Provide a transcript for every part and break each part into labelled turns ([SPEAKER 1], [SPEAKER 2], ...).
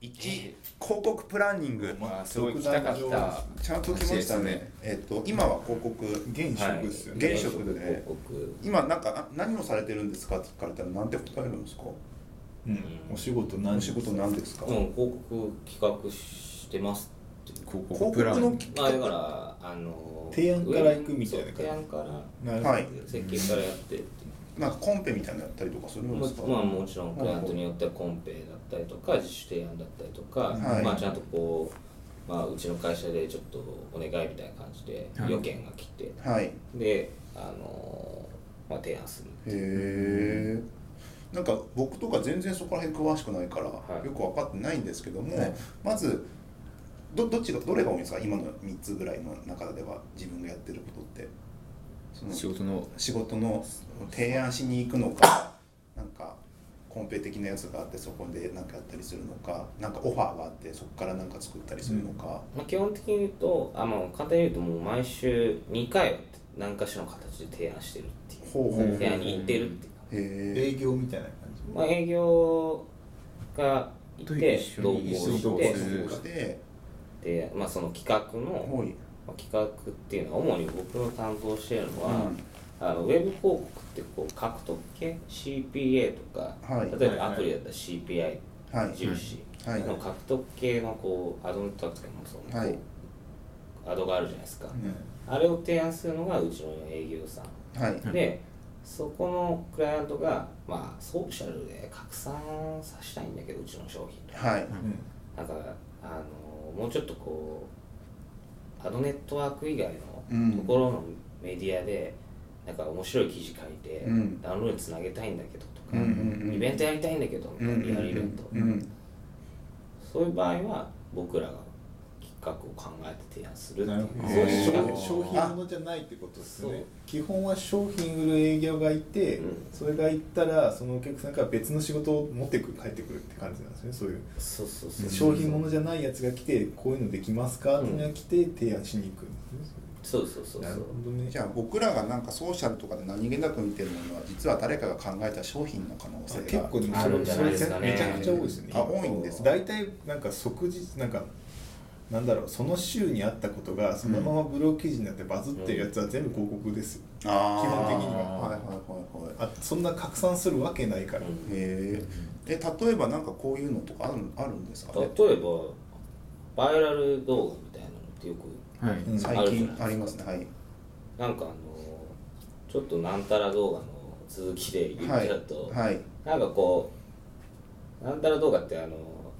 [SPEAKER 1] 1、広告プランニング、
[SPEAKER 2] まあすごい来たかっ
[SPEAKER 3] 独
[SPEAKER 2] た
[SPEAKER 3] 断上
[SPEAKER 1] ちゃんと来ましたね、えっと、今は広告、
[SPEAKER 3] 現職っすよね、
[SPEAKER 1] 現職でね
[SPEAKER 4] 広、告
[SPEAKER 1] 今なんか、あ何をされてるんですかって聞かれたら、なんて答えるんですか、
[SPEAKER 3] うん、お仕事何
[SPEAKER 1] お仕事なんですか、
[SPEAKER 4] うん広告企画してます
[SPEAKER 2] 広告
[SPEAKER 1] 広
[SPEAKER 2] プ
[SPEAKER 1] 告
[SPEAKER 2] ラン
[SPEAKER 1] の
[SPEAKER 2] ニング
[SPEAKER 4] まあだからあの
[SPEAKER 3] 提案から行くみたいな
[SPEAKER 4] そう提案から
[SPEAKER 3] なるほど、
[SPEAKER 1] はい
[SPEAKER 4] 設計からやってっていう
[SPEAKER 1] なんかコンペみたいなのやったりとかするん
[SPEAKER 4] ま
[SPEAKER 1] ですか、
[SPEAKER 4] あまあもちろんクライアントによってはコンペだったりとか自主提案だったりとか、
[SPEAKER 1] はい
[SPEAKER 4] まあちゃんとこう、まあ、うちの会社でちょっとお願いみたいな感じで
[SPEAKER 2] はい
[SPEAKER 4] 予見が来て、
[SPEAKER 1] はい、へ
[SPEAKER 4] であのーまあ、提案する
[SPEAKER 1] え。なんか僕とか全然そこら辺詳しくないから、
[SPEAKER 4] はい
[SPEAKER 1] よく分かってないんですけども、
[SPEAKER 2] はい
[SPEAKER 1] まずどどっちがどれが多いんですか今の3つぐらいの中では自分がやってることってその
[SPEAKER 2] 仕事の
[SPEAKER 1] 仕事の提案しに行くのかなんかコンペ的なやつがあってそこで何かやったりするのかなんかオファーがあってそこから何か作ったりするのか、
[SPEAKER 4] まあ、基本的に言うとあ、まあ、簡単に言うともう毎週2回は何かしらの形で提案してるっていう
[SPEAKER 1] ほうほうほう
[SPEAKER 4] 提案に行ってるっていう
[SPEAKER 1] へえ
[SPEAKER 3] 営業みたいな感じ、
[SPEAKER 4] まあ、営業がい
[SPEAKER 2] と
[SPEAKER 4] て
[SPEAKER 2] 一緒
[SPEAKER 4] 同行
[SPEAKER 2] に
[SPEAKER 4] し
[SPEAKER 2] 一緒
[SPEAKER 4] て
[SPEAKER 2] に
[SPEAKER 1] そうして
[SPEAKER 4] で、まあ、その企画の、
[SPEAKER 1] ほい
[SPEAKER 4] まあ企画っていうのは主に僕の担当しているのは、
[SPEAKER 1] うん
[SPEAKER 4] あのウェブ広告ってこう獲得系 CPA とか、
[SPEAKER 1] はい
[SPEAKER 4] 例えばアプリだったら CPI
[SPEAKER 1] はい
[SPEAKER 4] 重視
[SPEAKER 1] はい
[SPEAKER 4] の獲得系のこうアドとかもそうね、
[SPEAKER 1] はい
[SPEAKER 4] アドがあるじゃないですか、
[SPEAKER 1] うん
[SPEAKER 4] あれを提案するのがうちの営業さん、
[SPEAKER 1] はい
[SPEAKER 4] でそこのクライアントが、まあ、ソーシャルで拡散させたいんだけどうちの商品
[SPEAKER 1] はい
[SPEAKER 4] なんかあのもうちょっとこうアドネットワーク以外
[SPEAKER 1] うん
[SPEAKER 4] のところのメディアで、なんか面白い記事書いて、
[SPEAKER 1] うん
[SPEAKER 4] ダウンロードにつなげたいんだけどと
[SPEAKER 1] う
[SPEAKER 4] か、
[SPEAKER 1] んうんうん
[SPEAKER 4] イベントやりたいんだけどみたいなリアルイベント、
[SPEAKER 1] うんうん
[SPEAKER 4] そういう場合は僕らが企画を考えて提案するって
[SPEAKER 3] な
[SPEAKER 4] いう
[SPEAKER 3] るほど
[SPEAKER 4] そういう仕
[SPEAKER 1] へ
[SPEAKER 4] 掛
[SPEAKER 1] ー
[SPEAKER 4] け
[SPEAKER 3] 商品ものじゃないってことです
[SPEAKER 4] あ
[SPEAKER 3] ね基本は商品売る営業がいて、
[SPEAKER 4] うん
[SPEAKER 3] それが行ったらそのお客さんから別の仕事を持ってくる帰ってくるって感じなんですねそういう
[SPEAKER 4] そうそうそう
[SPEAKER 3] 商品ものじゃないやつが来てこういうのできますかっていうのが来て提案しに行くんですね
[SPEAKER 4] そうそうそうそう
[SPEAKER 3] なるほどね
[SPEAKER 1] じゃあ僕らがなんかソーシャルとかで何気なく見てるものは実は誰かが考えた商品の可能性
[SPEAKER 3] あ
[SPEAKER 1] が
[SPEAKER 3] 結構でも
[SPEAKER 4] あ
[SPEAKER 3] そ
[SPEAKER 4] るん
[SPEAKER 3] れ
[SPEAKER 4] じゃ
[SPEAKER 3] そ
[SPEAKER 4] ない
[SPEAKER 3] れ
[SPEAKER 4] ですかね
[SPEAKER 3] めちゃくちゃ多いですね
[SPEAKER 1] あ多いんですか
[SPEAKER 3] 大体なんか即日なんかなんだろうその週にあったことがそのままブログ記事になってバズってるやつは全部広告ですよ、
[SPEAKER 1] あー
[SPEAKER 3] 基本的には
[SPEAKER 1] はいはいはいはい
[SPEAKER 3] あそんな拡散するわけないから、
[SPEAKER 4] うん
[SPEAKER 1] へええ例えばなんかこういうのとかあるあるんですかね
[SPEAKER 4] 例えばバイラル動画みたいなのってよく
[SPEAKER 2] はい、
[SPEAKER 3] うん
[SPEAKER 1] 最近ありますねはい
[SPEAKER 4] なんかあのちょっとなんたら動画の続きで言っちゃうと、
[SPEAKER 1] はいはい
[SPEAKER 4] なんかこうなんたら動画ってあの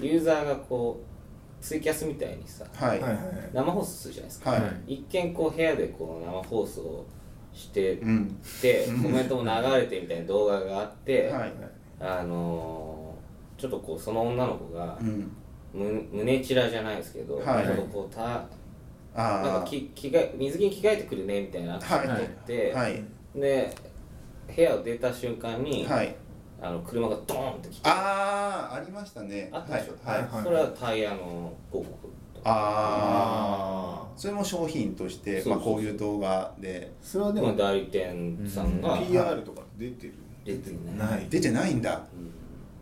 [SPEAKER 4] ユーザーがこうツイキャスみたいにさ
[SPEAKER 1] はい
[SPEAKER 3] はいはい
[SPEAKER 4] 生放送するじゃないですか、
[SPEAKER 1] はい
[SPEAKER 4] 一見こう部屋でこう生放送して
[SPEAKER 1] うん
[SPEAKER 4] て、コメントも流れてみたいな動画があって、
[SPEAKER 1] はい
[SPEAKER 4] あのちょっとこうその女の子が
[SPEAKER 1] う、ん
[SPEAKER 4] む胸チラじゃないですけど、
[SPEAKER 1] はい
[SPEAKER 4] ちょっとこうたなん
[SPEAKER 1] あ
[SPEAKER 4] か
[SPEAKER 1] あ
[SPEAKER 4] き着替え水着に着替えてくるねみたいなアクションを取って、
[SPEAKER 1] はい
[SPEAKER 4] で部屋を出た瞬間に、
[SPEAKER 1] はい
[SPEAKER 4] あの車がドーンって来て
[SPEAKER 1] ああありましたね
[SPEAKER 4] あったでしょ、
[SPEAKER 1] はいはい
[SPEAKER 3] はい
[SPEAKER 4] それはタイヤの広告と
[SPEAKER 1] あ
[SPEAKER 4] か
[SPEAKER 1] あ
[SPEAKER 3] あ
[SPEAKER 1] それも商品として
[SPEAKER 4] そう
[SPEAKER 1] まあ
[SPEAKER 4] そうそう
[SPEAKER 1] こういう動画で
[SPEAKER 3] ーそれはで
[SPEAKER 4] でも
[SPEAKER 3] も
[SPEAKER 4] 代理店さんが、
[SPEAKER 1] うん
[SPEAKER 4] うん
[SPEAKER 3] PR とか出てる
[SPEAKER 4] 出てない
[SPEAKER 3] ない
[SPEAKER 1] 出てないんだ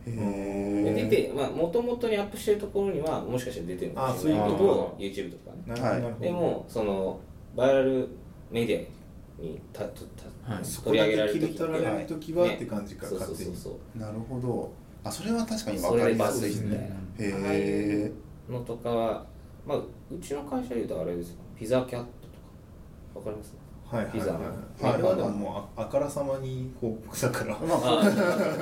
[SPEAKER 1] へ
[SPEAKER 4] で出
[SPEAKER 1] え
[SPEAKER 4] てまあもともとにアップしてるところにはもしかして出てるのかもしれないけ
[SPEAKER 2] あそういうこ
[SPEAKER 4] ど
[SPEAKER 2] と
[SPEAKER 4] YouTube とかね
[SPEAKER 3] なるほど
[SPEAKER 1] はい
[SPEAKER 3] なるほど
[SPEAKER 4] でもそのバイラルメディアにたとた、
[SPEAKER 2] はい
[SPEAKER 3] そこ
[SPEAKER 4] 取り
[SPEAKER 3] だ
[SPEAKER 4] 上げら
[SPEAKER 3] け
[SPEAKER 4] れ
[SPEAKER 3] 切り
[SPEAKER 4] る時って
[SPEAKER 3] 取られる時はって感じか
[SPEAKER 4] そうそ
[SPEAKER 3] 勝
[SPEAKER 4] う
[SPEAKER 3] 手
[SPEAKER 4] そ
[SPEAKER 3] に
[SPEAKER 4] うそう
[SPEAKER 1] なるほどあそれは確かに
[SPEAKER 4] そ
[SPEAKER 1] 分
[SPEAKER 4] れ
[SPEAKER 1] か
[SPEAKER 4] で
[SPEAKER 1] りや
[SPEAKER 4] バ
[SPEAKER 1] す
[SPEAKER 4] ズ
[SPEAKER 1] い
[SPEAKER 4] る
[SPEAKER 1] です
[SPEAKER 4] みたい
[SPEAKER 1] ね
[SPEAKER 4] な
[SPEAKER 1] へ
[SPEAKER 4] ああいう
[SPEAKER 1] え
[SPEAKER 4] のとかはまあうちの会社でいうとあれですよピザキャットとかわかります
[SPEAKER 3] はいはい
[SPEAKER 4] ピザの
[SPEAKER 3] はいあれはでももうああからさまに広告だから
[SPEAKER 1] まあ
[SPEAKER 4] あ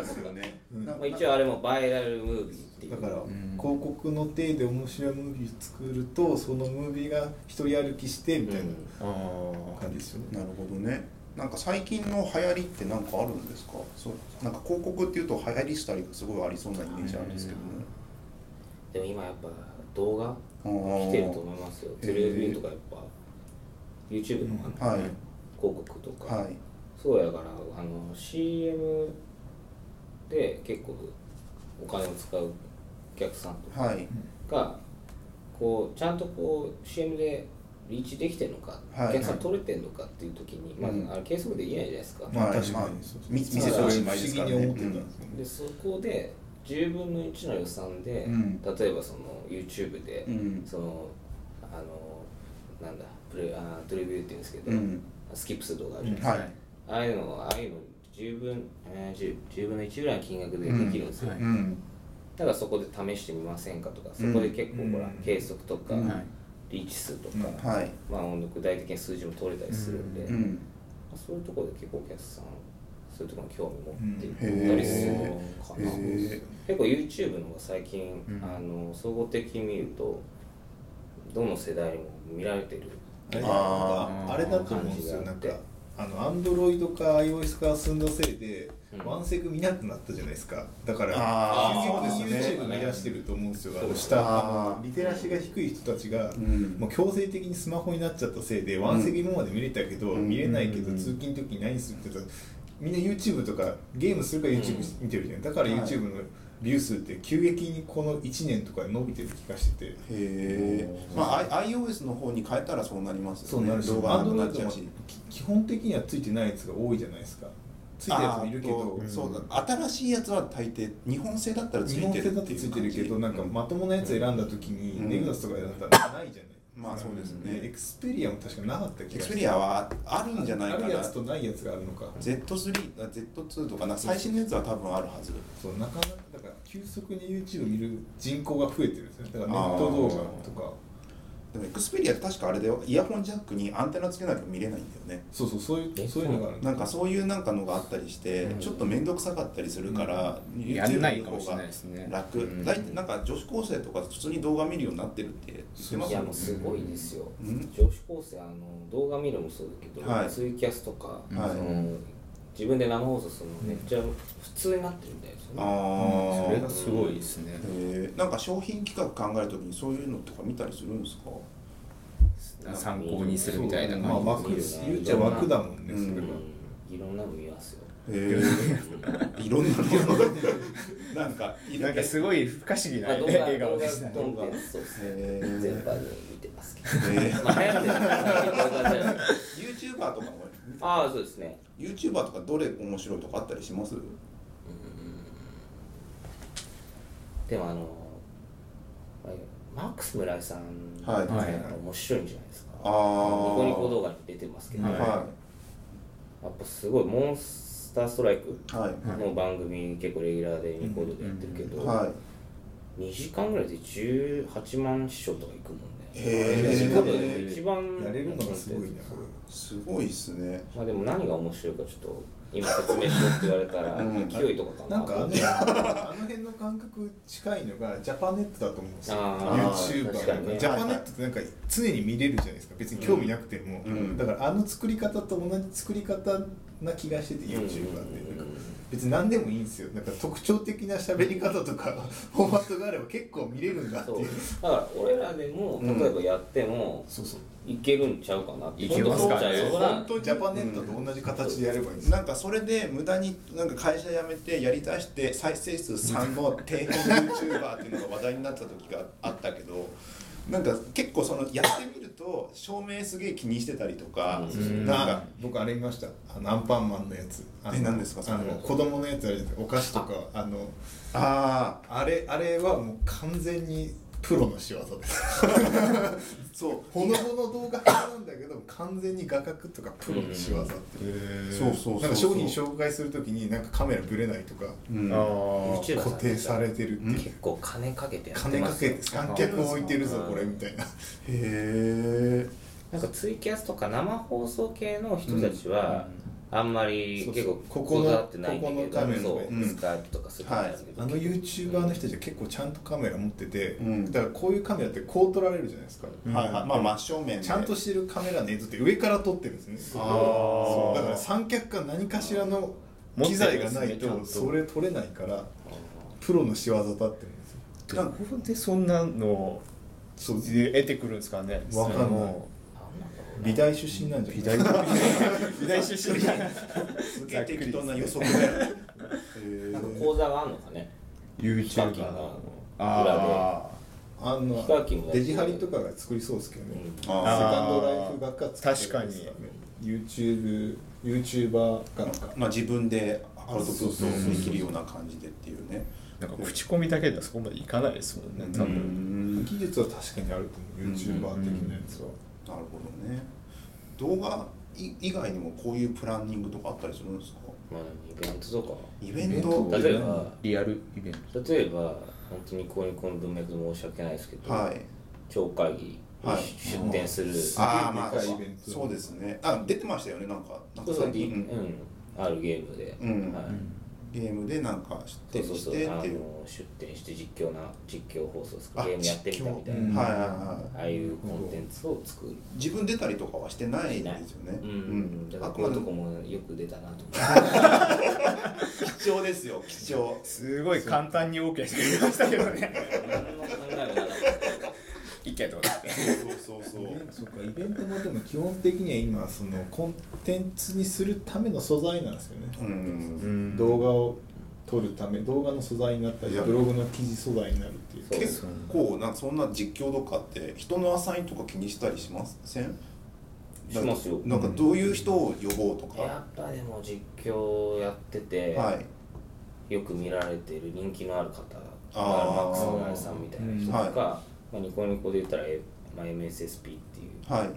[SPEAKER 1] そうだね
[SPEAKER 3] うん
[SPEAKER 1] なん
[SPEAKER 4] まあ、
[SPEAKER 1] か
[SPEAKER 4] 一応あれもバイラルムービーっていう
[SPEAKER 3] だから
[SPEAKER 4] う
[SPEAKER 3] 広
[SPEAKER 2] ん
[SPEAKER 3] 告の体で面白いムービー作るとそのムービーが一人歩きしてみたい
[SPEAKER 4] ん
[SPEAKER 3] な
[SPEAKER 2] あー
[SPEAKER 3] 感じですよね、
[SPEAKER 1] なるほどねなんか最近の流行りって何かあるんですかそうなんか広告っていうと流行りしたりがすごいありそうなイメージあるんですけどね
[SPEAKER 4] でも今やっぱ動画
[SPEAKER 1] あー
[SPEAKER 4] 来てると思いますよ
[SPEAKER 1] へー
[SPEAKER 4] テレビとかやっぱ YouTube のあの
[SPEAKER 1] はい
[SPEAKER 4] 広告とか、
[SPEAKER 1] はい
[SPEAKER 4] そうやからあの CM で結構お金を使うお客さんとか
[SPEAKER 1] はい
[SPEAKER 4] がこうちゃんとこう CM でリーチできてるのか、
[SPEAKER 1] はい
[SPEAKER 4] お客さん取れてるのかっていう時に、ま
[SPEAKER 1] うん
[SPEAKER 4] あ、あれ計測できないじゃないですか、
[SPEAKER 3] まあ
[SPEAKER 1] はい
[SPEAKER 3] 確かに
[SPEAKER 1] まあ
[SPEAKER 3] そうそう
[SPEAKER 1] み見せて
[SPEAKER 3] そう
[SPEAKER 1] お
[SPEAKER 3] そ
[SPEAKER 1] し
[SPEAKER 3] う
[SPEAKER 1] まいですから
[SPEAKER 3] 不
[SPEAKER 1] ね
[SPEAKER 3] 思議に思ってたんですよね
[SPEAKER 4] でそこで10分の1の予算で、
[SPEAKER 1] うん
[SPEAKER 4] 例えばその YouTube で、
[SPEAKER 1] うん
[SPEAKER 4] そのあのなんだプレあートリビューって言うんですけど、
[SPEAKER 1] うん
[SPEAKER 4] スキップする動画あるじゃないですか、
[SPEAKER 1] はい
[SPEAKER 4] ああいうのああいうの10分、えー、10, 10分の1ぐらいの金額でできるんですよ、
[SPEAKER 2] うんはい
[SPEAKER 1] うん
[SPEAKER 4] だからそこで試してみませんかとかそこで結構ほら、
[SPEAKER 3] うん
[SPEAKER 4] 計測とか、
[SPEAKER 1] うん
[SPEAKER 2] はい
[SPEAKER 4] リーチ数とか、
[SPEAKER 3] うん
[SPEAKER 1] はい
[SPEAKER 4] まあ具体的に数字も取れたりするんで、
[SPEAKER 2] う
[SPEAKER 1] うん
[SPEAKER 4] まあそういうところで結構お客さんそういうところに興味持って
[SPEAKER 1] うん
[SPEAKER 4] たりするのかな、
[SPEAKER 1] へ
[SPEAKER 4] 結構 YouTube の方が最近、
[SPEAKER 2] うん
[SPEAKER 4] あの総合的に見るとどの世代も見られてる
[SPEAKER 3] あれ
[SPEAKER 1] あ
[SPEAKER 2] ー
[SPEAKER 3] あれだと思うんですよなんかあのアンドロイドか iOS 化が進んだせいで、
[SPEAKER 4] うん
[SPEAKER 3] ワンセグ見なくなったじゃないですかだから
[SPEAKER 1] あー
[SPEAKER 3] 究極
[SPEAKER 1] そうですね
[SPEAKER 3] YouTube 目指してると思うんですよあの
[SPEAKER 1] あ
[SPEAKER 3] 下
[SPEAKER 1] ー
[SPEAKER 3] リテラシーが低い人たちが、
[SPEAKER 1] ん
[SPEAKER 3] もう強制的にスマホになっちゃったせいで、ワンセグ今まで見れたけど、
[SPEAKER 1] うん
[SPEAKER 3] 見れないけど、
[SPEAKER 2] うん
[SPEAKER 3] 通勤の時に何するって言ったらみんな YouTube とかゲームするから YouTube 見てるじゃん、だから YouTube のビュー数って急激にこの1年とかで伸びてる気がしてて。
[SPEAKER 1] へえまあ I- iOS の方に変えたらそうなります
[SPEAKER 3] そ
[SPEAKER 1] よ
[SPEAKER 3] う
[SPEAKER 1] ね
[SPEAKER 3] なるし、
[SPEAKER 1] 動
[SPEAKER 3] ア
[SPEAKER 1] 画
[SPEAKER 3] ン
[SPEAKER 1] な
[SPEAKER 3] ド
[SPEAKER 1] くなっち
[SPEAKER 3] ロイド
[SPEAKER 1] ゃ
[SPEAKER 3] も
[SPEAKER 1] うし
[SPEAKER 3] 基本的にはついてないやつが多いじゃないですかついたやつもいるけ
[SPEAKER 1] あー
[SPEAKER 3] ど
[SPEAKER 1] とそうだ新しいやつは大抵日本製だったらつい
[SPEAKER 3] 日
[SPEAKER 1] てる
[SPEAKER 3] 本
[SPEAKER 1] ってい
[SPEAKER 3] 製
[SPEAKER 1] う感じ
[SPEAKER 3] だとついてるけどなんか
[SPEAKER 1] う
[SPEAKER 3] まともなやつ選んだ時に、
[SPEAKER 1] うん
[SPEAKER 3] ネグザスとか選んだらないじゃない
[SPEAKER 1] まあそうですね
[SPEAKER 3] エクスペリアも確かなかった
[SPEAKER 1] エ
[SPEAKER 3] 気が
[SPEAKER 1] ク
[SPEAKER 3] す
[SPEAKER 1] ス
[SPEAKER 3] る
[SPEAKER 1] ペリアはあるんじゃないか
[SPEAKER 3] あるや
[SPEAKER 1] な
[SPEAKER 3] つとないやつがあるのか
[SPEAKER 1] Z3 あ Z2 とかな最新のやつは多分あるはず
[SPEAKER 3] そうなかなかだから急速に YouTube 見る人口が増えてるんですよねだからネット動画とか
[SPEAKER 1] でもエクスペリアって確かあれだよイヤホンジャックにアンテナつけないと見れないんだよね
[SPEAKER 3] そうそうそういう
[SPEAKER 4] え
[SPEAKER 3] そういうのがあるんだ
[SPEAKER 1] なんかそういうなんかのがあったりして、
[SPEAKER 4] うん
[SPEAKER 1] ちょっと面倒くさかったりするから、
[SPEAKER 2] やんないか
[SPEAKER 1] YouTube の
[SPEAKER 2] もし
[SPEAKER 1] 方
[SPEAKER 2] れ
[SPEAKER 1] が
[SPEAKER 2] ないですね
[SPEAKER 1] 楽、
[SPEAKER 2] うん
[SPEAKER 1] 大体なんか女子高生とか普通に動画見るようになってるって言ってま
[SPEAKER 4] い
[SPEAKER 1] す
[SPEAKER 4] や
[SPEAKER 1] よ
[SPEAKER 4] もうすごいですよ、
[SPEAKER 1] うん
[SPEAKER 4] 女子高生あの動画見るもそうだけど、
[SPEAKER 1] はい
[SPEAKER 4] ツイキャスとか、
[SPEAKER 1] い
[SPEAKER 4] その自分で生放送するのめっちゃ普通になってるみたいですよね、
[SPEAKER 1] あ
[SPEAKER 2] それ
[SPEAKER 1] ー
[SPEAKER 2] がすごいですね
[SPEAKER 1] へーなんか商品企画考えるときにそういうのとか見たりするんですか
[SPEAKER 2] 参考にするみたいな
[SPEAKER 3] まあ
[SPEAKER 2] 感
[SPEAKER 3] 枠
[SPEAKER 4] 見るな
[SPEAKER 3] 言っちゃ枠だもんね
[SPEAKER 1] うん
[SPEAKER 3] それが
[SPEAKER 4] うんいろんなの見ますよ
[SPEAKER 1] へえいろんなの なんかい
[SPEAKER 2] じ
[SPEAKER 1] ろ
[SPEAKER 2] なんんかすごい不可思議な
[SPEAKER 4] まあ動画
[SPEAKER 2] 笑顔でしたね
[SPEAKER 4] 動画コンテンツそうですね
[SPEAKER 1] へー
[SPEAKER 4] 全般に見てますけど
[SPEAKER 1] へー
[SPEAKER 4] まあ流行ってる のは動画じゃない
[SPEAKER 1] ユーチューバーとかも
[SPEAKER 4] ああそうですね
[SPEAKER 1] ユーチューバーとかどれ面白いとかあったりします？
[SPEAKER 4] でもあのマックス村井さん
[SPEAKER 1] はい
[SPEAKER 4] やっぱ面白いんじゃないですか、
[SPEAKER 1] あー
[SPEAKER 4] ニコニコ動画に出てますけど、
[SPEAKER 2] はい
[SPEAKER 4] やっぱすごいモンスターストライク
[SPEAKER 1] はい
[SPEAKER 4] の番組結構レギュラーでニコ動でやってるけど、
[SPEAKER 1] はい。
[SPEAKER 4] 2時間ぐらいで18万視聴とかいくもんね
[SPEAKER 1] へ
[SPEAKER 3] ー
[SPEAKER 4] ニコ動で一番
[SPEAKER 3] やれるのがすごいなこれ
[SPEAKER 1] すごいですね。
[SPEAKER 4] まあでも何が面白いかちょっと今説明しろって言われたら
[SPEAKER 1] うん
[SPEAKER 4] 勢いとかかな
[SPEAKER 3] なんかあの辺あの辺の感覚近いのがジャパネットだと思うんですよ
[SPEAKER 4] あー
[SPEAKER 3] YouTuber
[SPEAKER 4] 確かにね
[SPEAKER 3] ジャパネットってなんか常に見れるじゃないですか別に興味なくても、
[SPEAKER 1] うん
[SPEAKER 3] だからあの作り方と同じ作り方な気がしてて YouTuber って
[SPEAKER 4] うん
[SPEAKER 3] なんか別に何でもいいんですよなんか特徴的な喋り方とか フォーマットがあれば結構見れるんだって
[SPEAKER 4] そう
[SPEAKER 3] いう
[SPEAKER 4] だから俺らでも例えばやっても
[SPEAKER 3] そうそう
[SPEAKER 4] いけるんちゃうかなって
[SPEAKER 2] いけますかね
[SPEAKER 4] ちょっと思っちゃうような
[SPEAKER 1] 本当に
[SPEAKER 3] ジャパネットと同じ形でやればいいんですよ、
[SPEAKER 1] なんかそれで無駄になんか会社辞めてやりだして再生数3の低辺 YouTuber っていうのが話題になった時があったけどなんか結構そのやってみると照明すげえ気にしてたりとか、
[SPEAKER 4] うん
[SPEAKER 1] なん
[SPEAKER 3] あ
[SPEAKER 1] か
[SPEAKER 3] 僕あれ見ましたあのアンパンマンのやつあの
[SPEAKER 1] え何ですかそれ
[SPEAKER 3] あの子供のやつあるじゃないですかお菓子とかあの
[SPEAKER 1] ああ
[SPEAKER 3] あれあれはもう完全にプロの仕業です
[SPEAKER 1] そう
[SPEAKER 3] ほのぼの動画化なんだけど完全に画角とかプロの仕業っていう
[SPEAKER 1] そうそうそうそう
[SPEAKER 3] なんか商品紹介するときになんかカメラブレないとか
[SPEAKER 1] うん
[SPEAKER 2] あー
[SPEAKER 4] YouTube
[SPEAKER 3] 固定されてるっていう
[SPEAKER 4] 結構金かけてやって
[SPEAKER 3] 金
[SPEAKER 4] ま
[SPEAKER 3] か
[SPEAKER 4] す
[SPEAKER 3] け
[SPEAKER 4] よ
[SPEAKER 3] て三脚置いてるぞこれみたいな
[SPEAKER 1] へえ
[SPEAKER 4] なんかツイキャスとか生放送系の人たちはあんまり
[SPEAKER 3] そうそう
[SPEAKER 4] 結構
[SPEAKER 3] ここの
[SPEAKER 4] だってないんだけ
[SPEAKER 3] ここの画面
[SPEAKER 4] ど
[SPEAKER 3] の
[SPEAKER 4] そ
[SPEAKER 3] うん
[SPEAKER 4] うスカイプとかするんですけど
[SPEAKER 3] あの YouTuber の人たちは結構ちゃんとカメラ持ってて、
[SPEAKER 1] うん
[SPEAKER 3] だからこういうカメラってこう撮られるじゃないですか、
[SPEAKER 1] はいはいまあ真正面で
[SPEAKER 3] ちゃんとしてるカメラの映像って上から撮ってるんですね
[SPEAKER 1] あー
[SPEAKER 3] そうだから三脚か何かしらの機材がない
[SPEAKER 2] 持ってるん
[SPEAKER 3] と
[SPEAKER 2] ですね
[SPEAKER 3] それ撮れないからプロの仕業だって言うんですよ
[SPEAKER 2] どこでそんなの
[SPEAKER 3] そう
[SPEAKER 2] 得てくるんですかね
[SPEAKER 3] わかんない
[SPEAKER 2] その
[SPEAKER 3] 美大出身なんじゃ
[SPEAKER 2] 美
[SPEAKER 3] ない
[SPEAKER 2] 大美大出身
[SPEAKER 1] すげえ適当な予測だよねへ
[SPEAKER 4] なんか
[SPEAKER 1] ー
[SPEAKER 4] 講座があるのかね
[SPEAKER 2] YouTuber のあ
[SPEAKER 3] あん
[SPEAKER 4] ヒカキン
[SPEAKER 3] の
[SPEAKER 4] も
[SPEAKER 3] デジハリとかが作りそうですけどね、
[SPEAKER 4] うん
[SPEAKER 1] あ
[SPEAKER 3] セ
[SPEAKER 1] ー
[SPEAKER 3] カンドライフ学科作ってるんです
[SPEAKER 2] 確か
[SPEAKER 3] ね YouTube YouTuber 学科
[SPEAKER 1] まあ自分でアウトプットをできるような感じでっていうね。
[SPEAKER 2] なんか口コミだけではそこまでいかないですもんね多
[SPEAKER 1] う
[SPEAKER 2] 分、
[SPEAKER 1] ん
[SPEAKER 3] 技術は確かにあると思う YouTuber 的なやつは、
[SPEAKER 1] なるほどね。動画い以外にもこういうプランニングとかあったりするんですか
[SPEAKER 4] まあ、イベントと
[SPEAKER 1] イベン
[SPEAKER 3] イベン
[SPEAKER 1] ト
[SPEAKER 4] か例えば
[SPEAKER 2] リアルイベント
[SPEAKER 4] 例えば本当にこういうこの文脈で申し訳ないですけど、
[SPEAKER 1] はい。
[SPEAKER 4] 超会議に
[SPEAKER 1] はい
[SPEAKER 4] 出展する、
[SPEAKER 3] あ
[SPEAKER 1] ー
[SPEAKER 3] でかいイベント
[SPEAKER 1] そうですね。あ、出てましたよね、なんか。なんか
[SPEAKER 4] そうそう、
[SPEAKER 1] 最
[SPEAKER 4] で
[SPEAKER 1] 近
[SPEAKER 4] うん
[SPEAKER 1] うん
[SPEAKER 4] あるゲームで、
[SPEAKER 1] うん
[SPEAKER 4] はい
[SPEAKER 1] ゲームでなんか出展
[SPEAKER 4] そう
[SPEAKER 1] し
[SPEAKER 4] そうそう
[SPEAKER 1] て
[SPEAKER 4] あ
[SPEAKER 1] っ
[SPEAKER 4] の
[SPEAKER 1] ていう。
[SPEAKER 4] 出展して実況な実況放送です
[SPEAKER 1] あ
[SPEAKER 4] かゲームやってみたみたい
[SPEAKER 1] 実況
[SPEAKER 4] な、
[SPEAKER 1] はいはいはい。
[SPEAKER 4] ああいうコンテンツを作る、
[SPEAKER 1] 自分出たりとかはしてないんですよね。
[SPEAKER 4] うんだか
[SPEAKER 1] あ
[SPEAKER 4] ら
[SPEAKER 1] く
[SPEAKER 4] こ
[SPEAKER 1] ま
[SPEAKER 4] の
[SPEAKER 1] で
[SPEAKER 4] とこもよく出たなと思って
[SPEAKER 1] 貴重ですよ、貴重。
[SPEAKER 2] すごい簡単に OK してくれましたけど ね
[SPEAKER 4] 何も考え もなかった
[SPEAKER 2] いけどだって
[SPEAKER 1] そうそうそう。
[SPEAKER 3] そうかイベントもでも基本的には今そのコンテンツにするための素材なんですよね、
[SPEAKER 1] うん。
[SPEAKER 2] ん
[SPEAKER 3] 動画を撮るため動画の素材になったり
[SPEAKER 1] いや
[SPEAKER 3] ブログの記事素材になるっていう
[SPEAKER 4] そう
[SPEAKER 1] 結構なそんな実況とかって人のアサインとか気にしたりしません？
[SPEAKER 4] しますよ
[SPEAKER 1] なんかどういう人を呼ぼうと
[SPEAKER 4] や
[SPEAKER 1] か。
[SPEAKER 4] っぱでも実況やってて、
[SPEAKER 1] はい。
[SPEAKER 4] よく見られてる人気のある方
[SPEAKER 1] あー
[SPEAKER 4] マックス・オナルさんみたいな人と
[SPEAKER 1] うん
[SPEAKER 4] か、
[SPEAKER 1] はい
[SPEAKER 4] まあ、ニコニコで言ったら、えまあ、MSSP っていう
[SPEAKER 1] はい。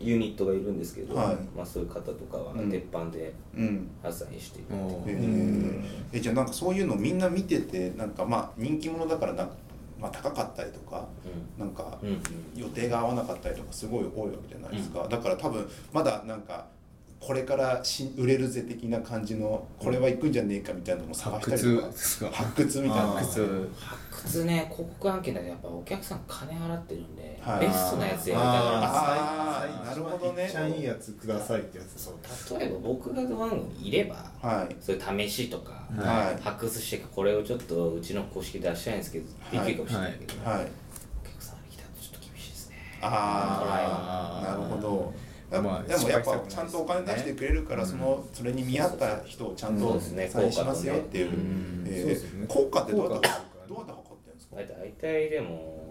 [SPEAKER 4] ユニットがいるんですけど、
[SPEAKER 1] はい
[SPEAKER 4] まあ、そういう方とかは
[SPEAKER 1] うん
[SPEAKER 4] 鉄板で
[SPEAKER 1] うん。
[SPEAKER 4] 発散してる、
[SPEAKER 1] え
[SPEAKER 3] ん
[SPEAKER 1] ーえじゃあなんかそういうのみんな見ててなんかまあ人気者だからなまあ高かったりとかなんか
[SPEAKER 4] うんうん
[SPEAKER 1] 予定が合わなかったりとかすごい多いわけじゃないですか、だから多分まだなんかこれからし売れるぜ的な感じのこれは行くんじゃねえかみたいなのも探したりとか
[SPEAKER 2] 発掘ですか
[SPEAKER 1] 発掘みたいな
[SPEAKER 3] あー
[SPEAKER 2] 発掘
[SPEAKER 4] 発掘ね広告案件だとやっぱお客さん金払ってるんで、
[SPEAKER 1] はい
[SPEAKER 4] ベストなやつやりたがるんですよ
[SPEAKER 1] あーなるほどね
[SPEAKER 3] 一番いいやつくださいってやつ
[SPEAKER 4] そう例えば僕がワンいれば、
[SPEAKER 1] はい
[SPEAKER 4] そういう試しとか、
[SPEAKER 1] はい
[SPEAKER 4] 発掘してこれをちょっとうちの公式出したいんですけど、
[SPEAKER 1] はい
[SPEAKER 4] できるかもしれないけど、
[SPEAKER 1] はい
[SPEAKER 4] お客さんに来たらちょっと厳しいですね
[SPEAKER 1] ああなる
[SPEAKER 2] あー
[SPEAKER 1] ほどやっぱ
[SPEAKER 2] まあ
[SPEAKER 1] でもやっ
[SPEAKER 2] 失敗したく
[SPEAKER 1] ぱ
[SPEAKER 2] ないです
[SPEAKER 1] ちゃんとお金出してくれるからそのそれに見合った人をちゃん
[SPEAKER 4] そう
[SPEAKER 1] と
[SPEAKER 4] ですね
[SPEAKER 1] 採用しますよっていう
[SPEAKER 4] 効果とね
[SPEAKER 2] うん
[SPEAKER 1] えー
[SPEAKER 3] そうですね
[SPEAKER 1] 効果ってどうやって
[SPEAKER 3] 効果
[SPEAKER 1] どうやって測ってるんですか
[SPEAKER 4] 大体でも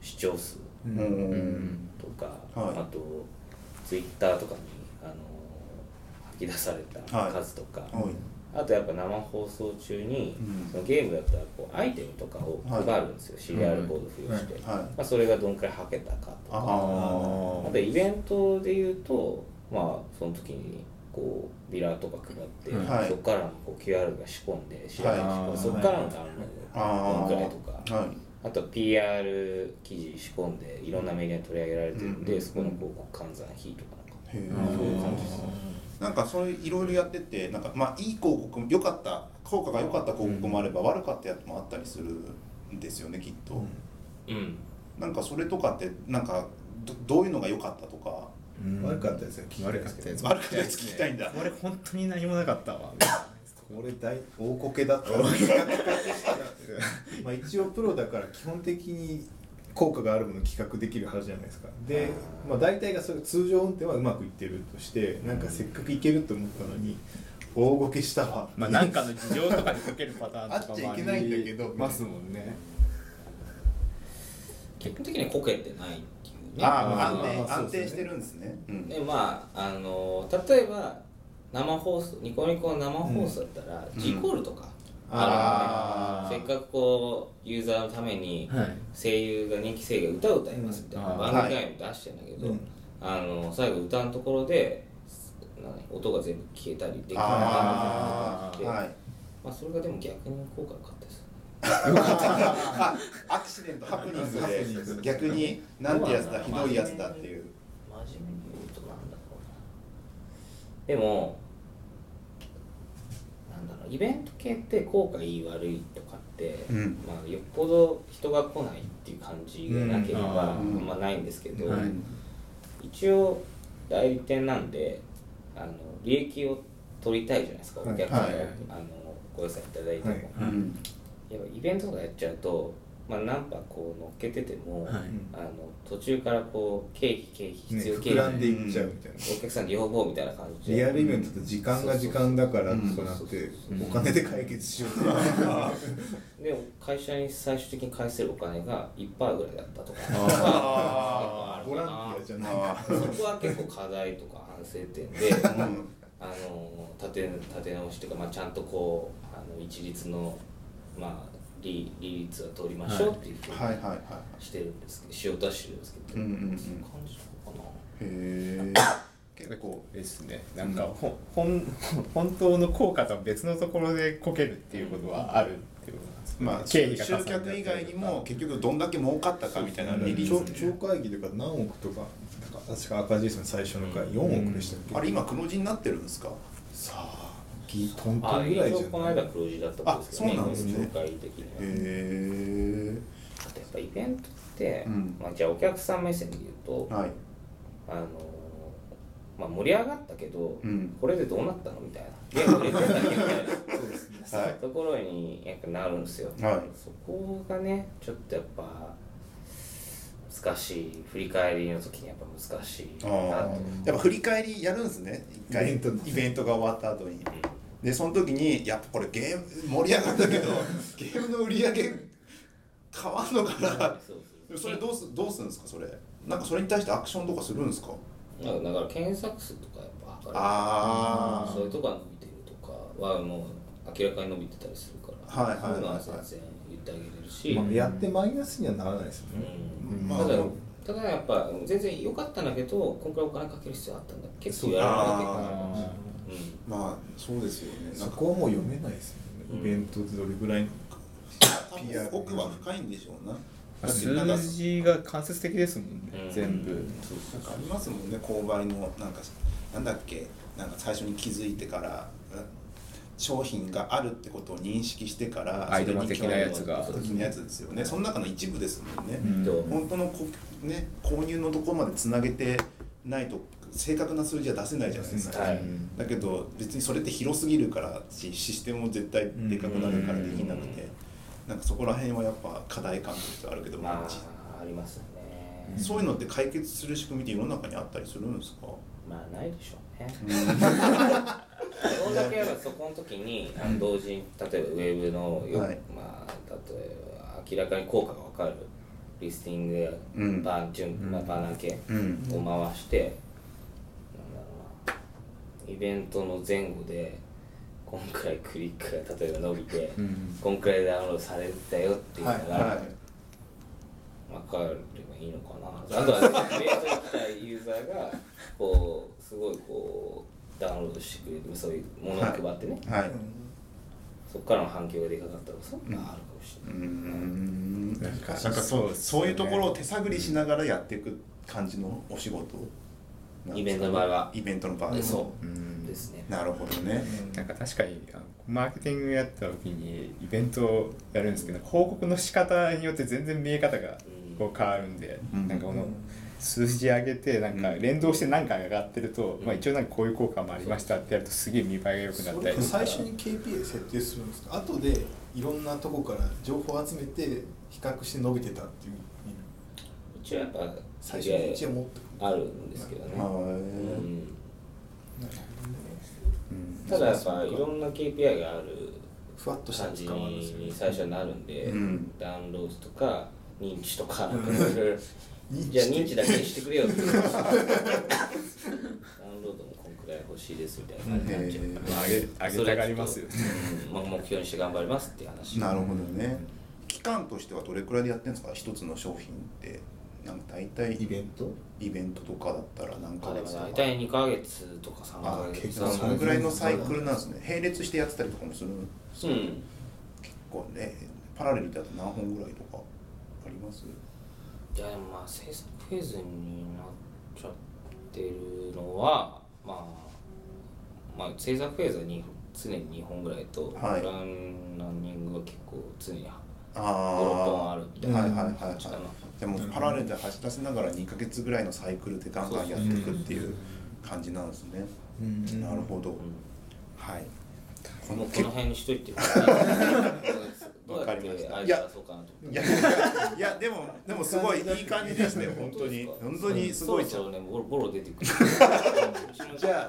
[SPEAKER 4] 視聴数
[SPEAKER 1] う
[SPEAKER 3] う
[SPEAKER 1] んん
[SPEAKER 4] とか、
[SPEAKER 1] はい
[SPEAKER 4] あとツイッターとかにあの吐き出された
[SPEAKER 1] はい
[SPEAKER 4] 数とか、
[SPEAKER 1] はい
[SPEAKER 4] あとやっぱ生放送中に、
[SPEAKER 1] うん
[SPEAKER 4] そのゲームだったらこうアイテムとかを配るんですよ、CR コード付与して、
[SPEAKER 1] はい
[SPEAKER 4] まあ、それがどんくらいはけたかと
[SPEAKER 1] あ
[SPEAKER 4] か
[SPEAKER 1] ー
[SPEAKER 4] あとイベントで言うとまあその時にこうビラとか配って、
[SPEAKER 2] うん
[SPEAKER 1] はい
[SPEAKER 4] そこからもこう QR が仕込んで調べて、
[SPEAKER 1] はい
[SPEAKER 4] そこからのダウンロー
[SPEAKER 1] あ
[SPEAKER 4] ドどんくらいと
[SPEAKER 1] ー
[SPEAKER 4] か
[SPEAKER 1] はい
[SPEAKER 4] あとは PR 記事仕込んでいろんなメディアに取り上げられてるんで、
[SPEAKER 1] うん
[SPEAKER 4] そこのこう換算費とか
[SPEAKER 1] へえ
[SPEAKER 2] うん
[SPEAKER 4] そういう感じです
[SPEAKER 1] なんかそれいろいろやっててなんかまあいい広告も良かった効果が良かった広告もあれば悪かったやつもあったりするんですよねきっと、
[SPEAKER 4] うん
[SPEAKER 1] なんかそれとかってなんかどどういうのが良かったとか
[SPEAKER 3] 悪かったやつが聞きたい
[SPEAKER 2] 悪
[SPEAKER 3] で
[SPEAKER 2] かっ
[SPEAKER 3] すけ
[SPEAKER 2] た
[SPEAKER 3] ど
[SPEAKER 2] やつ
[SPEAKER 1] 悪かったやつ聞きたいんだ
[SPEAKER 2] 俺本当に何もなかったわ
[SPEAKER 3] 俺大大コケだった まあ一応プロだから基本的に効果があるものを企画できるはずじゃないですかで、まあ、大体がそれ通常運転はうまくいってるとしてなんかせっかくいけると思ったのに大ゴケしたわ
[SPEAKER 2] まあなんかの事情とかにかけるパターンとかもり
[SPEAKER 3] あっちゃいけないんだけど
[SPEAKER 2] ますもんね
[SPEAKER 4] 基本的にこけてないっていう
[SPEAKER 1] あ
[SPEAKER 4] ね
[SPEAKER 3] まあまあ
[SPEAKER 1] あ安定
[SPEAKER 3] そうですね
[SPEAKER 1] 安定してるんですね、うん
[SPEAKER 4] でまああの例えば生放送ニコニコの生放送だったら、
[SPEAKER 1] うん
[SPEAKER 4] G コールとか
[SPEAKER 1] あ
[SPEAKER 4] あ
[SPEAKER 1] ー
[SPEAKER 4] るので、せっかくこうユーザーのために
[SPEAKER 2] はい
[SPEAKER 4] 声優が人気声優が歌を歌いますみたいな、
[SPEAKER 2] うん
[SPEAKER 4] 番組内容出してんだけど、
[SPEAKER 3] うん
[SPEAKER 4] あの最後歌のところで何音が全部消えたりできな
[SPEAKER 1] ああ
[SPEAKER 4] かったりとか
[SPEAKER 1] は
[SPEAKER 4] あっ
[SPEAKER 1] い
[SPEAKER 4] てまあ、それがでも逆に効果良かったです
[SPEAKER 1] あアクシデントハプニン
[SPEAKER 3] ハプニン
[SPEAKER 1] グ
[SPEAKER 3] グ
[SPEAKER 1] で逆になんてやつだひどいやつだっていう
[SPEAKER 4] 真面目に言うとなんだろうなでもなんだろうイベント系って効果いい悪いとかって、
[SPEAKER 1] うん
[SPEAKER 4] まあ、よっぽど人が来ないっていう感じがなければ、
[SPEAKER 2] うん
[SPEAKER 4] あんまないんですけど、
[SPEAKER 2] はい
[SPEAKER 4] 一応代理店なんであの利益を取りたいじゃないですかお客さんの,、
[SPEAKER 1] はいはい
[SPEAKER 4] あのご予算いただいても、
[SPEAKER 3] はい
[SPEAKER 1] うん
[SPEAKER 4] やっぱイベントとかやっちゃうと、まあ、ナンパこう乗っけてても、
[SPEAKER 2] はい
[SPEAKER 4] あの途中からこう経費経費
[SPEAKER 3] ね
[SPEAKER 4] 必要経
[SPEAKER 3] 膨らん
[SPEAKER 4] 費、
[SPEAKER 3] でいっちゃうみたいな、
[SPEAKER 4] お客さんの要望みたいな感じで
[SPEAKER 3] リアルイベントって時間が時間だから
[SPEAKER 1] うん
[SPEAKER 3] そうなって
[SPEAKER 4] うん
[SPEAKER 3] お金で解決しようと
[SPEAKER 4] で会社に最終的に返せるお金が1%ぐらいだったとか
[SPEAKER 1] あ
[SPEAKER 4] ある
[SPEAKER 3] ボ
[SPEAKER 4] か
[SPEAKER 3] ラ
[SPEAKER 4] な
[SPEAKER 3] ンティアじゃない
[SPEAKER 1] あ
[SPEAKER 4] そこは結構課題とか反省点で
[SPEAKER 1] ーうん
[SPEAKER 4] あの立て立て直しというか、まあ、ちゃんとこうあの一律の、まあ、利利率は取りましょうっていうふうに
[SPEAKER 1] はいはいはいは
[SPEAKER 4] してるんですけど、しようとはしてるんです
[SPEAKER 1] い。
[SPEAKER 4] け
[SPEAKER 1] う
[SPEAKER 4] ど、
[SPEAKER 1] んうんうん。
[SPEAKER 4] そういう感じなのかな
[SPEAKER 1] へえ。結構。
[SPEAKER 2] ですねなんかほほん本当の効果とは別のところでこけるっていうことはあるっていうことなんですね
[SPEAKER 1] まあ、
[SPEAKER 2] 経
[SPEAKER 1] 集
[SPEAKER 2] 費がかさんじゃった
[SPEAKER 1] 客
[SPEAKER 2] り
[SPEAKER 1] 以
[SPEAKER 2] とか
[SPEAKER 1] 外にも結局どんだけ儲かったかみたいなリリ
[SPEAKER 3] 超
[SPEAKER 1] ース
[SPEAKER 3] 超会議というか何億とかなんか確か赤字ですね最初の回
[SPEAKER 4] うん
[SPEAKER 3] 4億でしたっけ、
[SPEAKER 1] あれ今黒字になってるんですか
[SPEAKER 3] さあギトント
[SPEAKER 4] あ
[SPEAKER 3] ンぐらい
[SPEAKER 4] 一
[SPEAKER 3] じゃ
[SPEAKER 4] 応この
[SPEAKER 3] ない
[SPEAKER 4] 間黒字だったんですけど
[SPEAKER 1] あそうなんですね
[SPEAKER 4] 紹介的には
[SPEAKER 1] へえ
[SPEAKER 4] あとやっぱイベントって、
[SPEAKER 1] うん
[SPEAKER 4] まあ、じゃあお客さん目線で言うと、
[SPEAKER 1] はい
[SPEAKER 4] あのまあ、盛り上がったけど、
[SPEAKER 1] うん
[SPEAKER 4] これでどうなったのみたい な。いや、これどうなったのみたいな
[SPEAKER 3] そうですね
[SPEAKER 1] はい
[SPEAKER 4] ところにやっぱなるんですよ、
[SPEAKER 1] はい
[SPEAKER 4] そこがねちょっとやっぱ難しい振り返りの時にやっぱ難しい
[SPEAKER 1] あ
[SPEAKER 4] なと
[SPEAKER 1] ーやっぱ振り返りやるんですね一回
[SPEAKER 3] イベント
[SPEAKER 1] イベントが終わった後にでその時にやっぱこれゲーム盛り上がったけど ゲームの売り上げ変わんのかな
[SPEAKER 4] そうそう
[SPEAKER 1] それどうすどうするんですかそれなんかそれに対してアクションとかするんですか
[SPEAKER 4] だからだから検索数とかやっぱ測れる
[SPEAKER 1] あー
[SPEAKER 4] そういうとこが伸びてるとかはもう明らかに伸びてたりするから、
[SPEAKER 1] はいはいはいはい
[SPEAKER 4] そういうのは全然言ってあげれるし、
[SPEAKER 3] まあ、やってマイナスにはならないですよね、
[SPEAKER 4] うん
[SPEAKER 1] まあ
[SPEAKER 4] ただ
[SPEAKER 1] でも
[SPEAKER 4] ただやっぱ全然良かったんだけど今回お金かける必要あったんだ結構やらないといけない
[SPEAKER 1] あ
[SPEAKER 4] うん
[SPEAKER 1] まあそうですよねな
[SPEAKER 3] そ
[SPEAKER 1] んか
[SPEAKER 3] こはもう読めないですよ
[SPEAKER 4] う
[SPEAKER 3] ね
[SPEAKER 4] ん
[SPEAKER 3] イベントってどれぐらいの
[SPEAKER 1] 多分奥は深いんでしょうなだってなんか
[SPEAKER 2] 数字が間接的ですもんね、
[SPEAKER 4] うん
[SPEAKER 2] 全部
[SPEAKER 1] なんかありますもんね購買のなんかなんだっけなんか最初に気づいてからうん商品があるってことを認識してから
[SPEAKER 2] アイドマ的なやつが
[SPEAKER 1] それに興味を持った時のやつですよねその中の一部ですもんね、
[SPEAKER 4] ん
[SPEAKER 2] うん
[SPEAKER 1] 本当のこ、ね、購入のところまでつなげてないと正確な数字は出せないじゃないですか、
[SPEAKER 4] はい
[SPEAKER 3] うん
[SPEAKER 1] だけど別にそれって広すぎるからしシステムも絶対でかくなるからできなくて、なんかそこら辺はやっぱ課題感としてはあるけど、
[SPEAKER 4] ま
[SPEAKER 1] じ
[SPEAKER 4] あありますよね、
[SPEAKER 1] そういうのって解決する仕組みって世の中にあったりするんですか、
[SPEAKER 4] まあないでしょうねそんだけやっぱそこの時にあの同時に例えばウェブのよ、
[SPEAKER 1] はい
[SPEAKER 4] まあ例えば明らかに効果が分かるリスティング、
[SPEAKER 1] うん
[SPEAKER 4] バー順まあ、バーナー系
[SPEAKER 1] うん
[SPEAKER 4] を回して、なんだろうなイベントの前後でこんくらいクリックが例えば伸びて、
[SPEAKER 2] うん
[SPEAKER 4] こんくらいダウンロードされたよっていうのが、
[SPEAKER 1] はい
[SPEAKER 4] 分かればいいのかなあ とはねイベントに来たユーザーがこうすごいこうダウンロードしてくれるそういうものを配ってね、
[SPEAKER 1] はい
[SPEAKER 4] そこからの反響がでかかったらそんなんあるかもし
[SPEAKER 1] う
[SPEAKER 4] れない、
[SPEAKER 1] んなんか
[SPEAKER 2] なんか
[SPEAKER 1] そ
[SPEAKER 2] そう
[SPEAKER 1] うそういうところを手探りしながらやっていく感じのお仕事なんですかね
[SPEAKER 4] イベントの場合は
[SPEAKER 1] イベントの場合
[SPEAKER 4] で
[SPEAKER 1] は
[SPEAKER 4] そう、
[SPEAKER 2] うん
[SPEAKER 4] ですね
[SPEAKER 1] なるほどね
[SPEAKER 2] なんか確かにあのマーケティングやってた時にイベントをやるんですけど報告の仕方によって全然見え方がこう変わるんで、
[SPEAKER 1] うん
[SPEAKER 2] なんかこの数字上げてなんか連動して何回上がってると、
[SPEAKER 4] うん
[SPEAKER 2] まあ、一応なんかこういう効果もありましたってやるとすげえ見栄えが良くなったりとか
[SPEAKER 3] 最初に KPI 設定するんですか後でいろんなとこから情報を集めて比較して伸びてたっていう
[SPEAKER 4] 一応やっぱ
[SPEAKER 3] 最初に一応持って
[SPEAKER 4] あるんですけどね、
[SPEAKER 1] は
[SPEAKER 4] うん
[SPEAKER 1] いうん
[SPEAKER 4] ただやっぱいろんな KPI がある
[SPEAKER 3] ふわっとした
[SPEAKER 4] 感じ
[SPEAKER 3] 使わです
[SPEAKER 4] に最初はなるんで、
[SPEAKER 1] うん
[SPEAKER 4] ダウンロードとか認知と かなんかいろいろ
[SPEAKER 3] 認知
[SPEAKER 4] じゃあ認知だけにしてくれよってダウンロードもこんくらい欲しいですみたいな感じになっちゃうから
[SPEAKER 2] まあ上げ上げたがりますよね
[SPEAKER 4] うんまあ目標にして頑張りますっていう話
[SPEAKER 1] なるほどね期間としてはどれくらいでやってるんですか一つの商品ってなんか大体
[SPEAKER 3] イベント
[SPEAKER 1] イベントとかだったら何
[SPEAKER 4] まあ
[SPEAKER 1] ヶ
[SPEAKER 4] で
[SPEAKER 1] 月
[SPEAKER 4] も
[SPEAKER 1] とか
[SPEAKER 4] 大体2ヶ月とか3
[SPEAKER 1] あ
[SPEAKER 4] ヶ月
[SPEAKER 1] 結
[SPEAKER 4] と
[SPEAKER 1] 構
[SPEAKER 4] か
[SPEAKER 1] そのぐらいのサイクルなんですね並列してやってたりとかもする
[SPEAKER 4] うん
[SPEAKER 1] 結構ねパラレルだと何本ぐらいとかあります
[SPEAKER 4] いやでもまあ制作フェーズになっちゃってるのはまあまあ制作フェーズはに常に2本ぐらいと、
[SPEAKER 1] はい
[SPEAKER 4] プランランニングは結構常に
[SPEAKER 1] あ
[SPEAKER 4] 56本あるみたいな
[SPEAKER 1] はいはいはいは
[SPEAKER 4] 感じかない
[SPEAKER 1] でもパラレルで走らせながら2ヶ月ぐらいのサイクルでガンガンやっていくっていう感じなんですね、
[SPEAKER 3] うん
[SPEAKER 1] なるほど、
[SPEAKER 4] ん
[SPEAKER 1] はいこ
[SPEAKER 4] この
[SPEAKER 1] の
[SPEAKER 4] こ
[SPEAKER 1] 結
[SPEAKER 4] の
[SPEAKER 1] 構
[SPEAKER 4] 辺にし といてどうやってアイデア出そうかなと
[SPEAKER 1] い
[SPEAKER 4] 思って
[SPEAKER 1] やいやでもでもすごいいい感じですね本当に本当にすごい
[SPEAKER 4] そうそうねボロボロ出てくる
[SPEAKER 1] じゃあ